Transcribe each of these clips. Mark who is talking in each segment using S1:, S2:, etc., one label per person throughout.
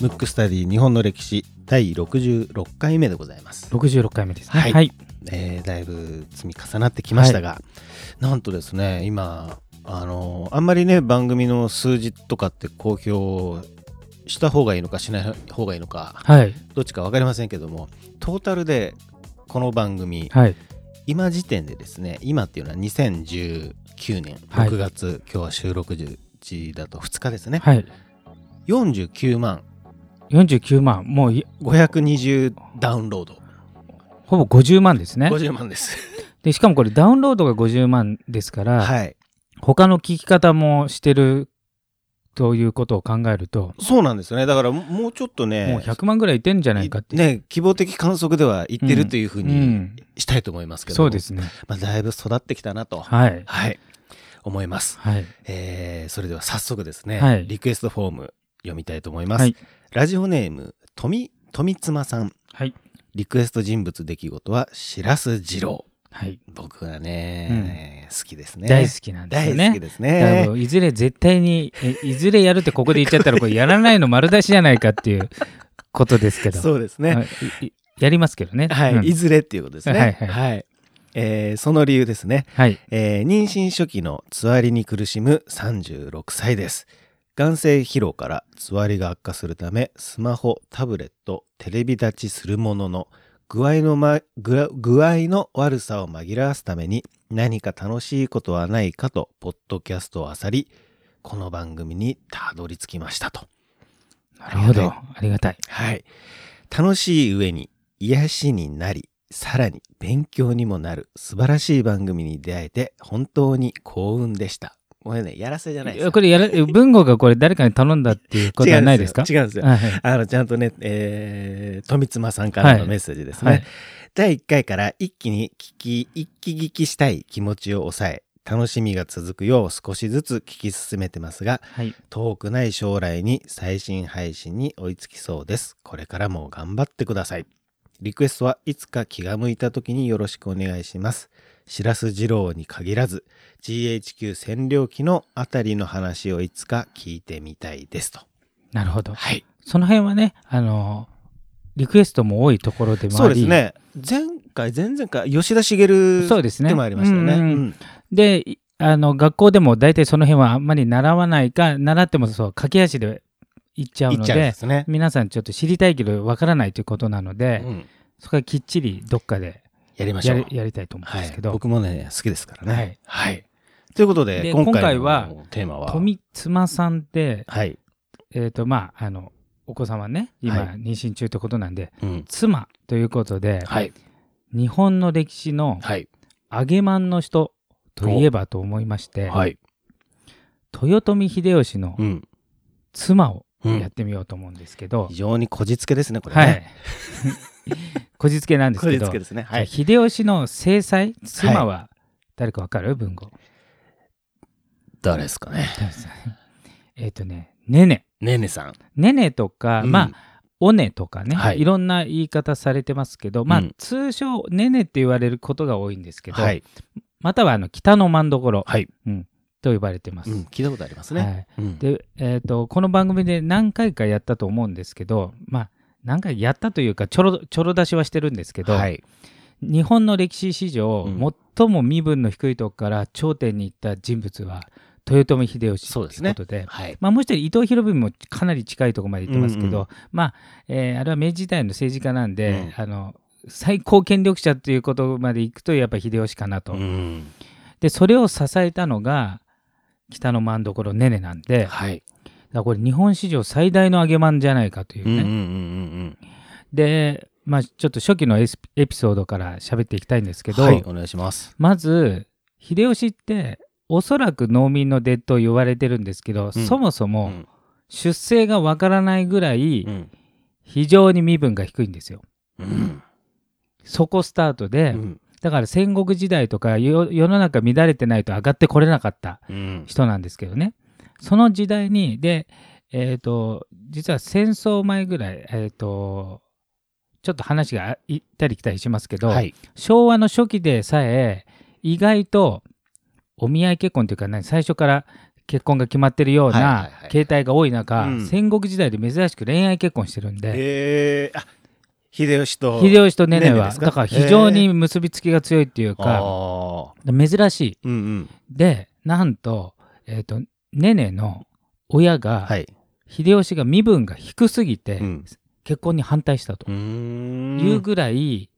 S1: ムックスタディ日本の歴史第66回目でございます、
S2: 66回目ですね
S1: はい
S2: はい、
S1: えーだいぶ積み重なってきましたが、なんとですね今あのあんまりね番組の数字とかって公表した方がいいのかしない方がいいのか
S2: はい
S1: どっちか分かりませんけどもトータルでこの番組
S2: はい
S1: 今時点でですね今っていうのは2019年
S2: はい
S1: 6月、今日は収録時だと2日ですね、
S2: はい
S1: 49万
S2: 49万もうい
S1: 520ダウンロード
S2: ほぼ50万ですね
S1: 50万です
S2: でしかもこれダウンロードが50万ですから、
S1: はい
S2: 他の聞き方もしてるということを考えると、
S1: そうなんですよねだからももうちょっとね
S2: もう100万ぐらいいってんじゃないかっていう、
S1: ね希望的観測では言ってるというふう
S2: う
S1: に
S2: ん、
S1: したいと思いますけども、
S2: そうですね
S1: まあ、だいぶ育ってきたなとはい、
S2: はい
S1: 思います、
S2: はい
S1: えーそれでは早速ですね、
S2: はい
S1: リクエストフォーム読みたいと思います、
S2: はい
S1: ラジオネーム富富妻さん
S2: はい
S1: リクエスト人物出来事は白須二郎
S2: はい、
S1: 僕はね、好きですね
S2: 大好きなんですよ
S1: 大好き
S2: ね
S1: です
S2: だ
S1: ね
S2: からいずれ絶対にえいずれやるってここで言っちゃったらこれやらないの丸出しじゃないかっていうことですけど
S1: そうですね、
S2: はいいいやりますけどね
S1: はい、
S2: うん
S1: いずれっていうことですね。は、
S2: はいい
S1: は
S2: はいい
S1: えーその理由ですね、
S2: はい
S1: えー妊娠初期のつわりに苦しむ36歳です。眼性疲労からつわりが悪化するため、スマホ、タブレット、テレビ立ちするものの、具合の,、ま、具具合の悪さを紛らわすために、何か楽しいことはないかと、ポッドキャストを漁り、この番組にたどり着きましたと。
S2: なるほどありがたい
S1: はい。楽しい上に癒しになり、さらに勉強にもなる素晴らしい番組に出会えて本当に幸運でした。これね、やらせじゃないですよ。
S2: これやら文豪がこれ誰かに頼んだっていうことはないですか
S1: 違うんですよ。違うんですよ
S2: はいはい
S1: あのちゃんとね、えー、富妻さんからのメッセージですね。
S2: はい
S1: 第1回から一気に聞き、一気聞きしたい気持ちを抑え、楽しみが続くよう少しずつ聞き進めてますが、
S2: はい
S1: 遠くない将来に最新配信に追いつきそうです。これからも頑張ってください。リクエストはいつか気が向いた時によろしくお願いします。白洲二郎に限らず、GHQ 占領期のあたりの話をいつか聞いてみたいですと。
S2: なるほど
S1: はい。
S2: その辺はねあのリクエストも多いところでもあり
S1: そうですね。前回、前々回、吉田茂
S2: そうですね
S1: でもありましたよね。
S2: う
S1: うん
S2: うん
S1: ん
S2: でいあの学校でも大体その辺はあんまり習わないか習ってもそう駆け足で行っちゃう
S1: 行
S2: の
S1: っちゃうんで
S2: です
S1: ね。
S2: 皆さんちょっと知りたいけどわからないということなので、
S1: うん
S2: そこはきっちりどっかで
S1: やりまし
S2: や
S1: ょ
S2: り
S1: う。
S2: やりたいと思うん
S1: は
S2: です
S1: い
S2: け。ど、
S1: 僕もね、好きですから
S2: は
S1: ね
S2: い。
S1: はい。ということで、
S2: で
S1: 今回
S2: 今回
S1: のテーマは。
S2: 富妻さんって、
S1: はい。
S2: えーとまあ、あのお子様ね今
S1: はい
S2: 妊娠中ってことなんで、
S1: うん。
S2: 妻ということで、
S1: はい。
S2: 日本の歴史の
S1: はい。
S2: 揚げまんの人といえばと思いまして、
S1: はい。
S2: 豊臣秀吉の
S1: うん。
S2: 妻を
S1: う
S2: やっ
S1: ん、
S2: てみようと思うんですけど
S1: 非、常にこじつけですね、これね。
S2: はい。 こじつけなんです
S1: こ
S2: け
S1: じ
S2: ど
S1: つけ、ですね。はい。
S2: 秀吉の正妻、妻は誰かわかる文豪。
S1: 誰ですかね。
S2: えっとね、ねね。
S1: ねねさん。
S2: ねねとか、
S1: うん
S2: まあ、おねとかね、
S1: はい
S2: い、ろんな言い方されてますけど、まあ
S1: うん、
S2: 通称、ねねって言われることが多いんですけど、
S1: はい。
S2: またはあの北の真所
S1: はい。
S2: と呼ばれてます。
S1: うん。聞いたことあります
S2: は
S1: ね。
S2: い
S1: うん。
S2: で、えー、とこの番組で何回かやったと思うんですけど、まあ、何回やったというかちょろちょろ出しはしてるんですけど、
S1: はい。
S2: 日本の歴史史上、
S1: うん
S2: 最も身分の低いとこから頂点に行った人物は豊臣秀吉と
S1: そ
S2: いうう
S1: ですね
S2: ことで。
S1: はい。
S2: まあ、もう一人伊藤博文もかなり近いところまで行ってますけど、
S1: うんう
S2: まあえーあれは明治時代の政治家なんで、
S1: うん
S2: あの最高権力者ということまで行くとやっぱり秀吉かなと、
S1: うん。
S2: でそれを支えたのが北の真所ねねなんで、
S1: はい。
S2: だからこれ日本史上最大の揚げまんじゃないかという
S1: うんうん
S2: ね、
S1: うんうん
S2: で、まあ、ちょっと初期のエスエピソードから喋っていきたいんです
S1: う
S2: け
S1: ん。
S2: ど、
S1: はい。お願いします。
S2: まず秀吉っておそらく農民の出と言われてるんですけど、
S1: うん
S2: そもそうも
S1: ん。
S2: 出生がわからないぐらい
S1: うん。
S2: 非常に身分が低いんですよ。
S1: うん。
S2: そこスタート
S1: う
S2: で、
S1: ん
S2: だから戦国時代とかよ世の中乱れてないと上がってこれなかった
S1: うん。
S2: 人なんですけどねその時代にでえっ、と実は戦争前ぐらいえっ、とちょっと話が行ったり来たりしますけど、
S1: はい。
S2: 昭和の初期でさえ意外とお見合い結婚というか、ね、最初から結婚が決まってるよ
S1: は
S2: う
S1: いはい
S2: な
S1: はい
S2: 携帯が多い中、
S1: うん
S2: 戦国時代で珍しく恋愛結婚してるんで、
S1: えー、あ秀吉と吉
S2: 秀吉とネネ
S1: ネネ
S2: は
S1: ですか
S2: だから非常に結びつきが強いっていうか、
S1: あー
S2: 珍しい
S1: うんうん
S2: でなんと,、えー、とネネの親が、
S1: はい
S2: 秀吉が身分が低すぎて、
S1: うん
S2: 結婚に反対したと
S1: うーん
S2: いうぐらい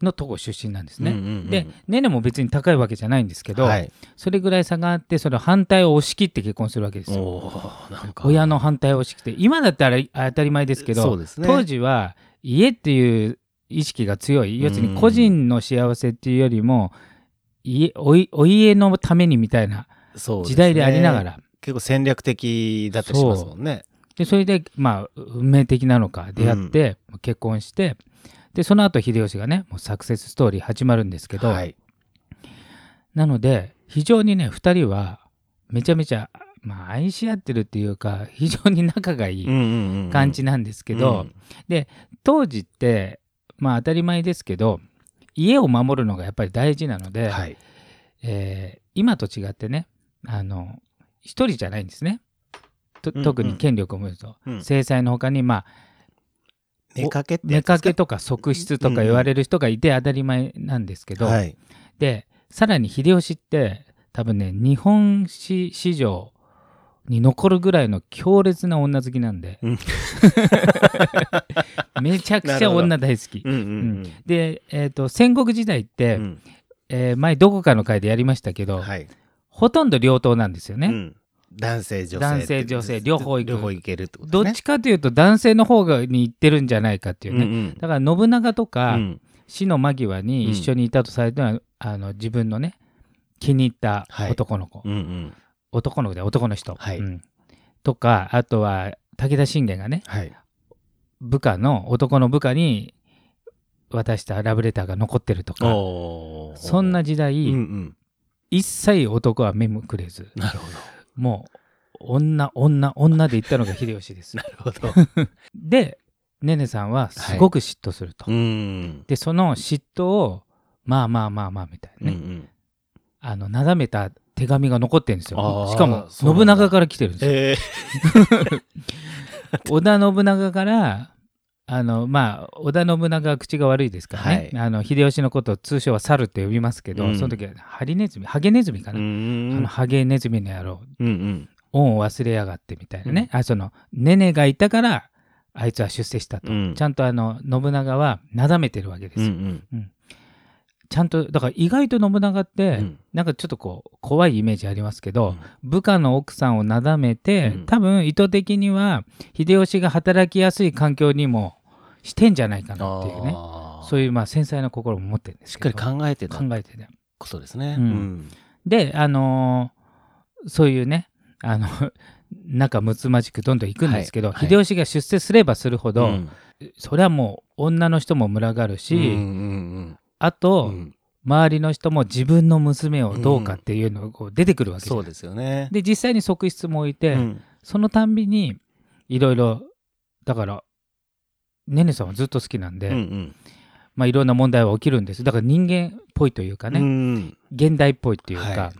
S2: のとこ出身なんですね。
S1: うんうんうん
S2: でネネも別に高いわけじゃないんですけど、
S1: はい、
S2: それぐらい差があってその反対を押し切って結婚するわけですよ。
S1: おーなんか
S2: 親の反対を押し切って今だってあれあ当たり前ですけ
S1: そう
S2: ど、
S1: ですね
S2: 当時は家っていう意識が強い要するに個人の幸せっていうよりも家おいお家のためにみたいな
S1: そうすね
S2: 時代でありながら
S1: 結構戦略的だったりしますもんね
S2: でそれでまあ運命的なのか出会って、結婚してでその後秀吉がねもうサクセスストーリー始まるんですけど、
S1: はい、
S2: なので非常にね2人はめちゃめちゃ、まあ、愛し合ってるっていうか非常に仲がいい感じ
S1: だ
S2: なんですけど、当時ってまあ当たり前ですけど家を守るのがやっぱり大事なので、
S1: はい
S2: えー今と違ってねあの一人じゃないんですね。と
S1: うんうん
S2: 特に権力を持つと、
S1: うん
S2: 制裁のほかにまあ
S1: 寝かけって
S2: 寝
S1: やつ
S2: か
S1: です
S2: けとか側室とか言われる人がいて当たり前なんですけど、
S1: はい、
S2: でさらに秀吉って多分ね日本史史上に残るぐらいの強烈な女好きなんで、
S1: うん
S2: めちゃくちゃ女大好き。
S1: うんうん
S2: で、えー、と戦国時代って、
S1: うんうん
S2: えー前どこかの回でやりましたけど、
S1: はい
S2: ほとんど両党なんですよね。
S1: うん男性女性
S2: 男性女性両方いく
S1: 両方いけるってこと
S2: ど
S1: で
S2: っ
S1: すね
S2: ちかというと男性の方がに行ってるんじゃないかっていうね。
S1: うんうん
S2: だから信長とか、
S1: うん
S2: 死の間際に一緒にいたとされてるのは、あの自分のね気に入った男の子、
S1: うんうん
S2: 男の子で男の人、
S1: はい
S2: うんとかあとは武田信玄がね
S1: はい
S2: 部下の男の部下に渡したラブレターが残ってるとか
S1: おー
S2: そんな時代、
S1: うんうん
S2: 一切男は目もくれず
S1: なるほど
S2: もう女女女で言ったのが秀吉です
S1: なるほ ど
S2: でねねさんはすごく嫉妬すると、
S1: うん
S2: でその嫉妬をまあまあまあまあみたいなね、
S1: うんうん
S2: あの、なだめた手紙が残ってるんですよ
S1: あ。ー
S2: しかも、
S1: そうなんだ
S2: 信長から来てるんですよ。
S1: え
S2: 織田信長から、あの、まあ、織田信長は口が悪いですからね。
S1: は
S2: あの、秀吉のことを通称は猿って呼びますけど、
S1: うん
S2: その時はハリネズミ、ハゲネズミか
S1: ーう
S2: な。
S1: ん
S2: あの、ハゲネズミの野郎、
S1: うんうん
S2: 恩を忘れやがってみたいなね。あ、その、ネネがいたから、あいつは出世したと。
S1: うん
S2: ちゃんとあの、信長はなだめてるわけです
S1: うんう
S2: よ。
S1: ん
S2: ちゃんと、だから意外と信長って、
S1: うん
S2: なんかちょっとこう、怖いイメージありますけど、
S1: うん
S2: 部下の奥さんをなだめて、
S1: うん
S2: 多分意図的には秀吉が働きやすい環境にもしてんじゃないかなっていうね
S1: あー
S2: そういうまあ繊細な心も持ってるんです
S1: しっ
S2: け
S1: か
S2: ど
S1: り考えてた
S2: 考えてね
S1: ことですね
S2: う
S1: うんん
S2: であのーそういうねあの 仲睦まじくどんどん行くんですけど、
S1: はいはい
S2: 秀吉が出世すればするほど、
S1: うん
S2: それはもう女の人も群がるし、
S1: うんうんう
S2: あ
S1: ん
S2: と、
S1: うん
S2: 周りの人も自分の娘をどうかっていうのがこう出てくるわけじゃ
S1: そ
S2: な
S1: う
S2: い
S1: ですよね
S2: で実際に側室もいて、
S1: うん
S2: そのたんびにいろいろだからねねさんはずっと好きなんで、
S1: うんうん
S2: まあいろんな問題は起きるんですだから人間っぽいというかね、
S1: うん
S2: 現代っぽいっていうか、
S1: は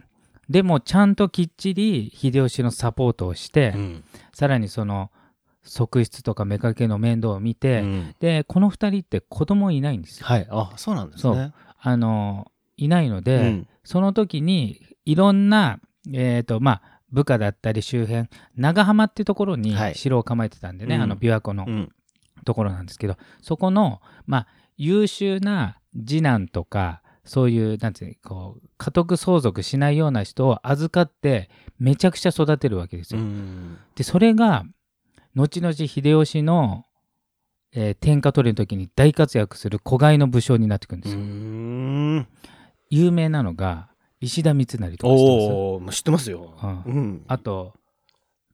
S2: でもちゃんときっちり秀吉のサポートをして、
S1: うん
S2: さらにその側室とか妾の面倒を見て、
S1: うん
S2: でこの2人って子供いないんですよ。
S1: はいあそうなんですね
S2: あのいないので、
S1: うん
S2: その時にいろんな、えーとまあ、部下だったり周辺長浜ってところに
S1: はい
S2: 城を構えてたんでね、
S1: うん
S2: あの琵琶湖の
S1: うん
S2: ところなんですけど、そこの、まあ、優秀な次男とかそういうなんていうのこう家督相続しないような人を預かってめちゃくちゃ育てるわけです
S1: う
S2: よ。
S1: ん
S2: でそれが後々秀吉の、えー天下取りの時に大活躍する子飼いの武将になってくるんで
S1: う
S2: すよ。
S1: ん
S2: 有名なのが石田三成とか知ってます
S1: おお知ってますよ
S2: うん
S1: うん
S2: あと、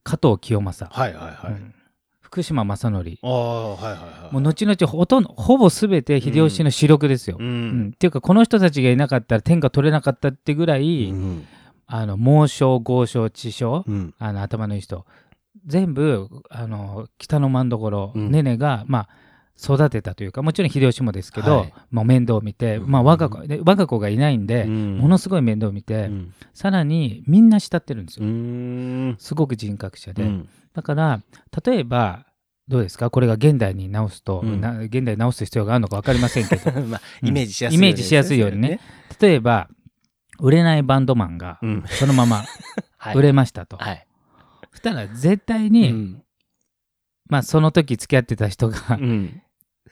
S2: 加藤清正、
S1: はいはいは
S2: う
S1: い
S2: ん福島正則、
S1: ああはいはいはい
S2: もう後々ほとんど、ほぼ全て秀吉の主力ですよ。
S1: う
S2: うん
S1: ん
S2: っていうか、この人たちがいなかったら天下取れなかったってぐら
S1: う
S2: い、
S1: ん
S2: あの猛将、豪将、智将、
S1: うん
S2: あの頭のいい人、全部、あの北の真ん所、
S1: うん
S2: ねねが、まあ、育てたというかもちろん秀吉もですけど、
S1: はい
S2: もう面倒を見て、
S1: うん
S2: まあ、我が子で我が子がいないんで、ものすごい面倒を見て、
S1: うん
S2: さらにみんな慕ってるんです
S1: う
S2: よ、
S1: ん
S2: すごく人格者で、
S1: うん
S2: だから例えばどうですかこれが現代に直すと、
S1: うん
S2: な現代に直す必要があるのか分かりませんけど
S1: まあ
S2: うん
S1: イメージしやすい
S2: イメージしやすいようにね。例えば売れないバンドマンが
S1: それね
S2: そのまま
S1: うん
S2: 売れました と、
S1: はい。
S2: そしたら絶対に、
S1: うん
S2: まあ、その時付き合ってた人が、
S1: うん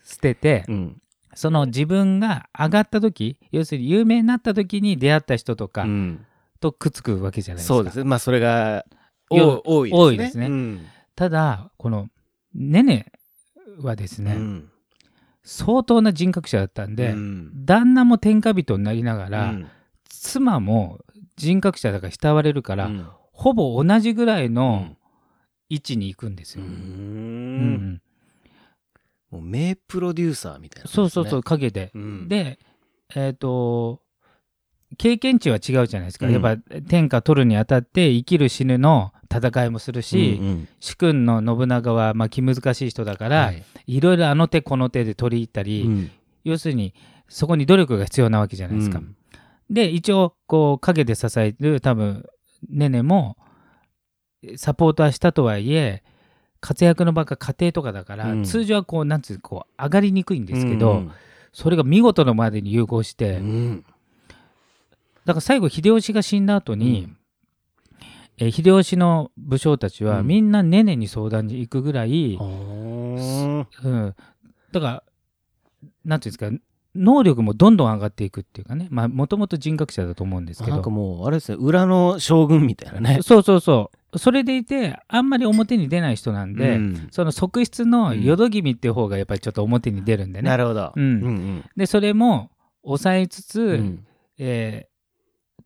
S2: 捨てて、
S1: うん
S2: その自分が上がった時要するに有名になった時に出会った人とか
S1: うん
S2: とくっつくわけじゃないですか。
S1: そうですね。まあそれが
S2: よ
S1: 多い
S2: 多いですね
S1: うん
S2: ただこのねねはですね、
S1: うん
S2: 相当な人格者だったんで、
S1: うん
S2: 旦那も天下人になりながら、
S1: うん
S2: 妻も人格者だから慕われるから、
S1: うん
S2: ほぼ同じぐらいうの
S1: ん
S2: 位置に行くんですよ。うんうん
S1: もう名プロデューサーみたいな。
S2: そうそうそう、。陰で。
S1: うん
S2: で、えっ、と、経験値は違うじゃないですか。
S1: うん
S2: やっぱ天下取るにあたって生きる死ぬの戦いもするし、
S1: うんうん
S2: 主君の信長はまあ気難しい人だから、、
S1: はいい
S2: ろいろあの手この手で取り入ったり、
S1: うん
S2: 要するにそこに努力が必要なわけじゃないですか。
S1: うん
S2: で、一応、こう、陰で支える多分、ねねも、サポートはしたとはいえ、活躍の場が家庭とかだから、
S1: うん
S2: 通常はこう、なんつう、こう、上がりにくいんですけど、
S1: うん
S2: それが見事のまでに融合して、
S1: うん
S2: だから最後秀吉が死んだ後に、
S1: うん
S2: えー秀吉の武将たちは
S1: うん
S2: みんなねねに相談に行くぐらい、
S1: あー
S2: うんだからなんていうんですか能力もどんどん上がっていくっていうかねまあもともと人格者だと思うんですけ
S1: なん
S2: ど
S1: かもうあれですね裏の将軍みたいなね。
S2: そうそうそうそれでいてあんまり表に出ない人なんで、
S1: うん
S2: その側室の淀君っていう方がやっぱりちょっと表に出るんでね、
S1: なるほど。
S2: うん
S1: ん
S2: でそれも抑えつつ、
S1: うんうん
S2: えー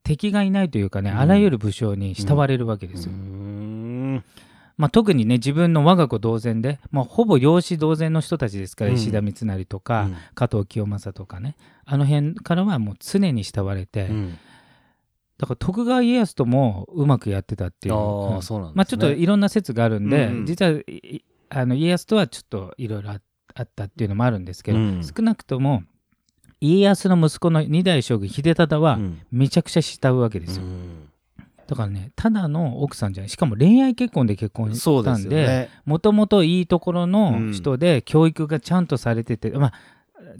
S2: 敵がいないというかね、
S1: うん
S2: あらゆる武将に慕われるわけですよ。
S1: うん
S2: まあ、特にね自分の我が子同然で、まあ、ほぼ養子同然の人たちですから、
S1: うん
S2: 石田三成と
S1: う
S2: か、
S1: ん
S2: 加藤清正とかねあの辺からはもう常に慕われて、
S1: うん
S2: だから徳川家康ともうまくやってたっていう
S1: あ
S2: う
S1: ー
S2: ん
S1: そうなんですね
S2: まあ、ちょっといろんな説があるんで、
S1: うんうん
S2: 実はいいあの家康とはちょっといろいろああったっていうのもあるんですけど、
S1: うん
S2: 少なくとも家康の息子の二代将軍秀忠は
S1: うん
S2: めちゃくちゃ慕うわけですよ。
S1: うん
S2: だからねただの奥さんじゃないしかも恋愛結婚で結婚
S1: そ
S2: し
S1: うで
S2: た
S1: す
S2: ん
S1: よ
S2: で
S1: ね。
S2: もともといいところの人で、教育がちゃんとされててまあ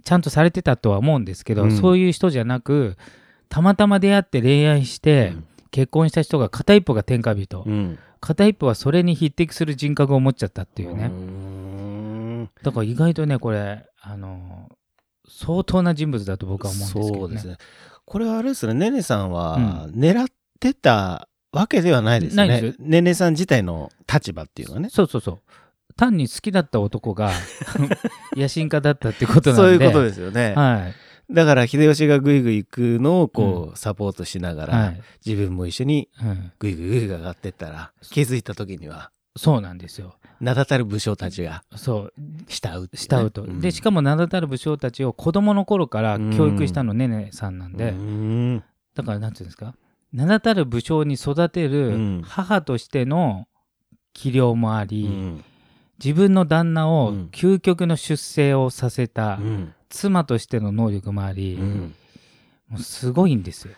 S2: ちゃんとされてたとは思うんですけど、
S1: うん
S2: そういう人じゃなくたまたま出会って恋愛して、結婚した人が片一方が天下人、
S1: うん
S2: 片一方はそれに匹敵する人格を持っちゃったっていうね、
S1: ね。
S2: だから意外とねこれあの相当な人物だと僕は思うんですけ
S1: そ
S2: ど
S1: う
S2: ね
S1: ですね。これはあれですね、ねねさんは狙ってたわけではないですよ
S2: ないで
S1: ね
S2: す。
S1: ねねさん自体の立場っていうのはね。
S2: そうそうそう単に好きだった 男が野心家だったってことなんで
S1: そういうことですよね。
S2: はい
S1: だから秀吉がぐいぐい行くのをこうサポートしなが
S2: は
S1: ら
S2: い、
S1: 自分も一緒に
S2: うん、
S1: ぐいぐいぐいぐい上がってったら気づいた時には
S2: そうなんですよ
S1: 名だたる武将たちが
S2: そう
S1: 慕うっていね。
S2: 慕うと、でしかも名だたる武将たちを子供の頃から教育したのねねさんなん
S1: も
S2: で、
S1: ね、
S2: だからなんていうんですか名だたる武将に育て
S1: う
S2: る
S1: ん
S2: 母としての器量もあ
S1: う
S2: り、
S1: ん
S2: 自分の旦那
S1: う
S2: を
S1: ん
S2: 究極の出世をさせた
S1: うん
S2: 妻としての能力もあり、
S1: うん
S2: もうすごいんですよ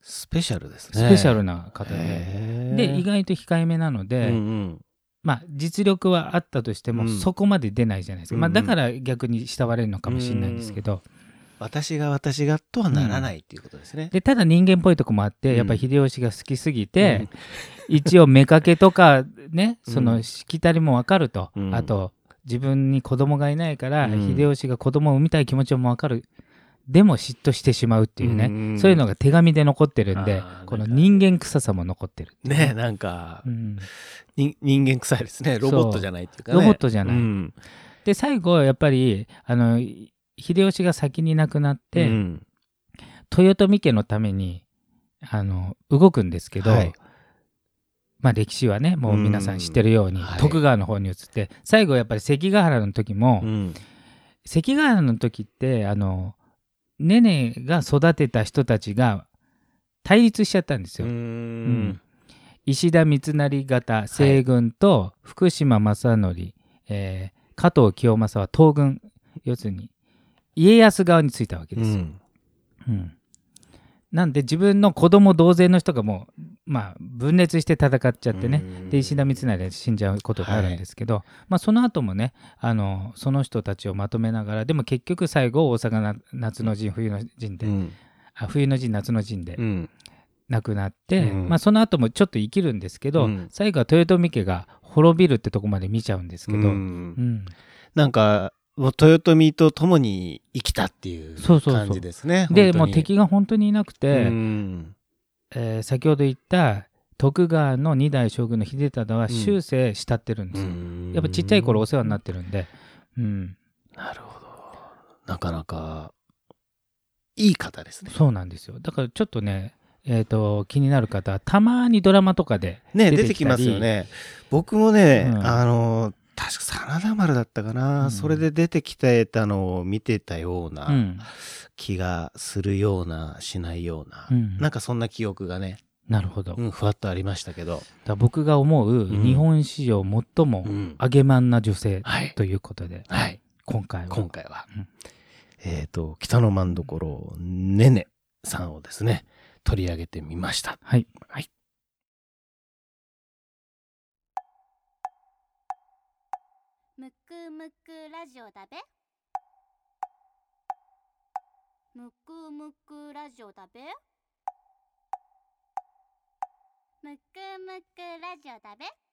S1: スペシャルですね。
S2: スペシャルな方で。
S1: へー
S2: で意外と控えめなので、
S1: うんうん
S2: まあ、実力はあったとしても、
S1: うん
S2: そこまで出ないじゃないですか、まあ、
S1: うん
S2: だから逆に慕われるのかもしれないんですけど、
S1: 私が私がとはならないっていうことですね。
S2: でただ人間っぽいとこもあって、
S1: うん
S2: やっぱ秀吉が好きすぎて、一応目かけとかね
S1: うん
S2: そのしきたりもわかると、
S1: うん
S2: あと自分に子供がいないから、
S1: うん
S2: 秀吉が子供を産みたい気持ちもわかるでも嫉妬してしまうっていうね、
S1: うん
S2: そういうのが手紙で残ってるんで
S1: あー
S2: こ
S1: な
S2: の
S1: んか
S2: 人間臭さも残ってるっていう
S1: ねえなんか、
S2: うん
S1: に人間臭いですねロボットじゃないっていうかね。
S2: ロボットじゃない
S1: うん
S2: で最後やっぱりあのい秀吉が先に亡くなって、
S1: うん
S2: 豊臣家のためにあの動くんですけど、
S1: はい
S2: まあ、歴史はねもう皆さん知ってるように、
S1: うんはい
S2: 徳川の方に移って最後やっぱり関ヶ原の時も、
S1: うん
S2: 関ヶ原の時ってあのねねが育てた人たちが対立しちゃったんです
S1: う
S2: よ。
S1: ん
S2: 石田三成方西軍と福島正則、えー加藤清正は東軍要するに家康側についたわけですよ。
S1: ん
S2: うんなんで自分の子供同然の人がもう、まあ、分裂して戦っちゃってね、
S1: うん
S2: で石田三成が死んじゃうことがあるんですけど、まあ、その後もねあのその人たちをまとめながらでも結局最後大阪な夏の陣冬の陣で、
S1: うん
S2: あ冬の陣夏の陣で
S1: うん
S2: 亡くなって、
S1: うん
S2: まあ、その後もちょっと生きるんですけど、
S1: うん
S2: 最後は豊臣家が滅びるってとこまで見ちゃうんですけど、
S1: う
S2: うんん
S1: なんかもう豊臣と共に生きたっていう
S2: そうそうそう
S1: 感じですね
S2: でも
S1: 本当
S2: う
S1: に
S2: 敵が本当にいなくて、
S1: うん
S2: えー先ほど言った徳川の二代将軍の秀忠は終生慕ってるんですよ、やっぱちっちゃい頃お世話になってるんで、うん、
S1: なるほどなかなかいい方ですね
S2: そうなんですよだからちょっとね、えー、と気になる方はたまにドラマとかで
S1: ね
S2: 出
S1: 出
S2: て
S1: て
S2: き
S1: きま
S2: たり
S1: すよね僕もね、
S2: うん
S1: あの確か真田丸だったかな、
S2: うん
S1: それで出てきてたのを見てたような、
S2: うん
S1: 気がするようなしないような、
S2: うん
S1: なんかそんな記憶がね、
S2: なるほど、
S1: う
S2: だか
S1: ん、ふわっとありましたけど、
S2: ら僕が思う日本史上最も
S1: うん
S2: あげまんな女性
S1: はい、
S2: ということで、
S1: はい、
S2: 今回は
S1: 今回は、
S2: うん
S1: えっ、と北の真所ねねさんをですね取り上げてみました
S2: はい、
S1: はい
S3: むくむくラジオだべむくむくラジオだべむくむくラジオだべ